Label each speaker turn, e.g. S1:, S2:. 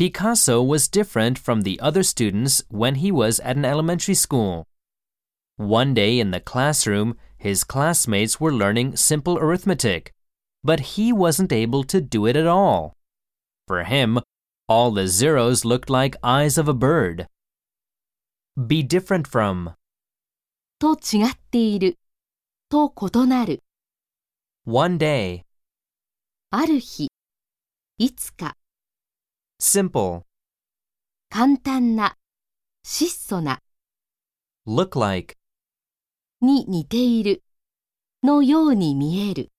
S1: Picasso was different from the other students when he was at an elementary school. One day in the classroom, his classmates were learning simple arithmetic, but he wasn't able to do it at all. For him, all the zeros looked like eyes of a bird. Be different from
S2: と違っている、と異なる、
S1: one day,
S2: ある日、いつか、
S1: simple,
S2: 簡単な、質素な、
S1: look like.
S2: に似ている、のように見える。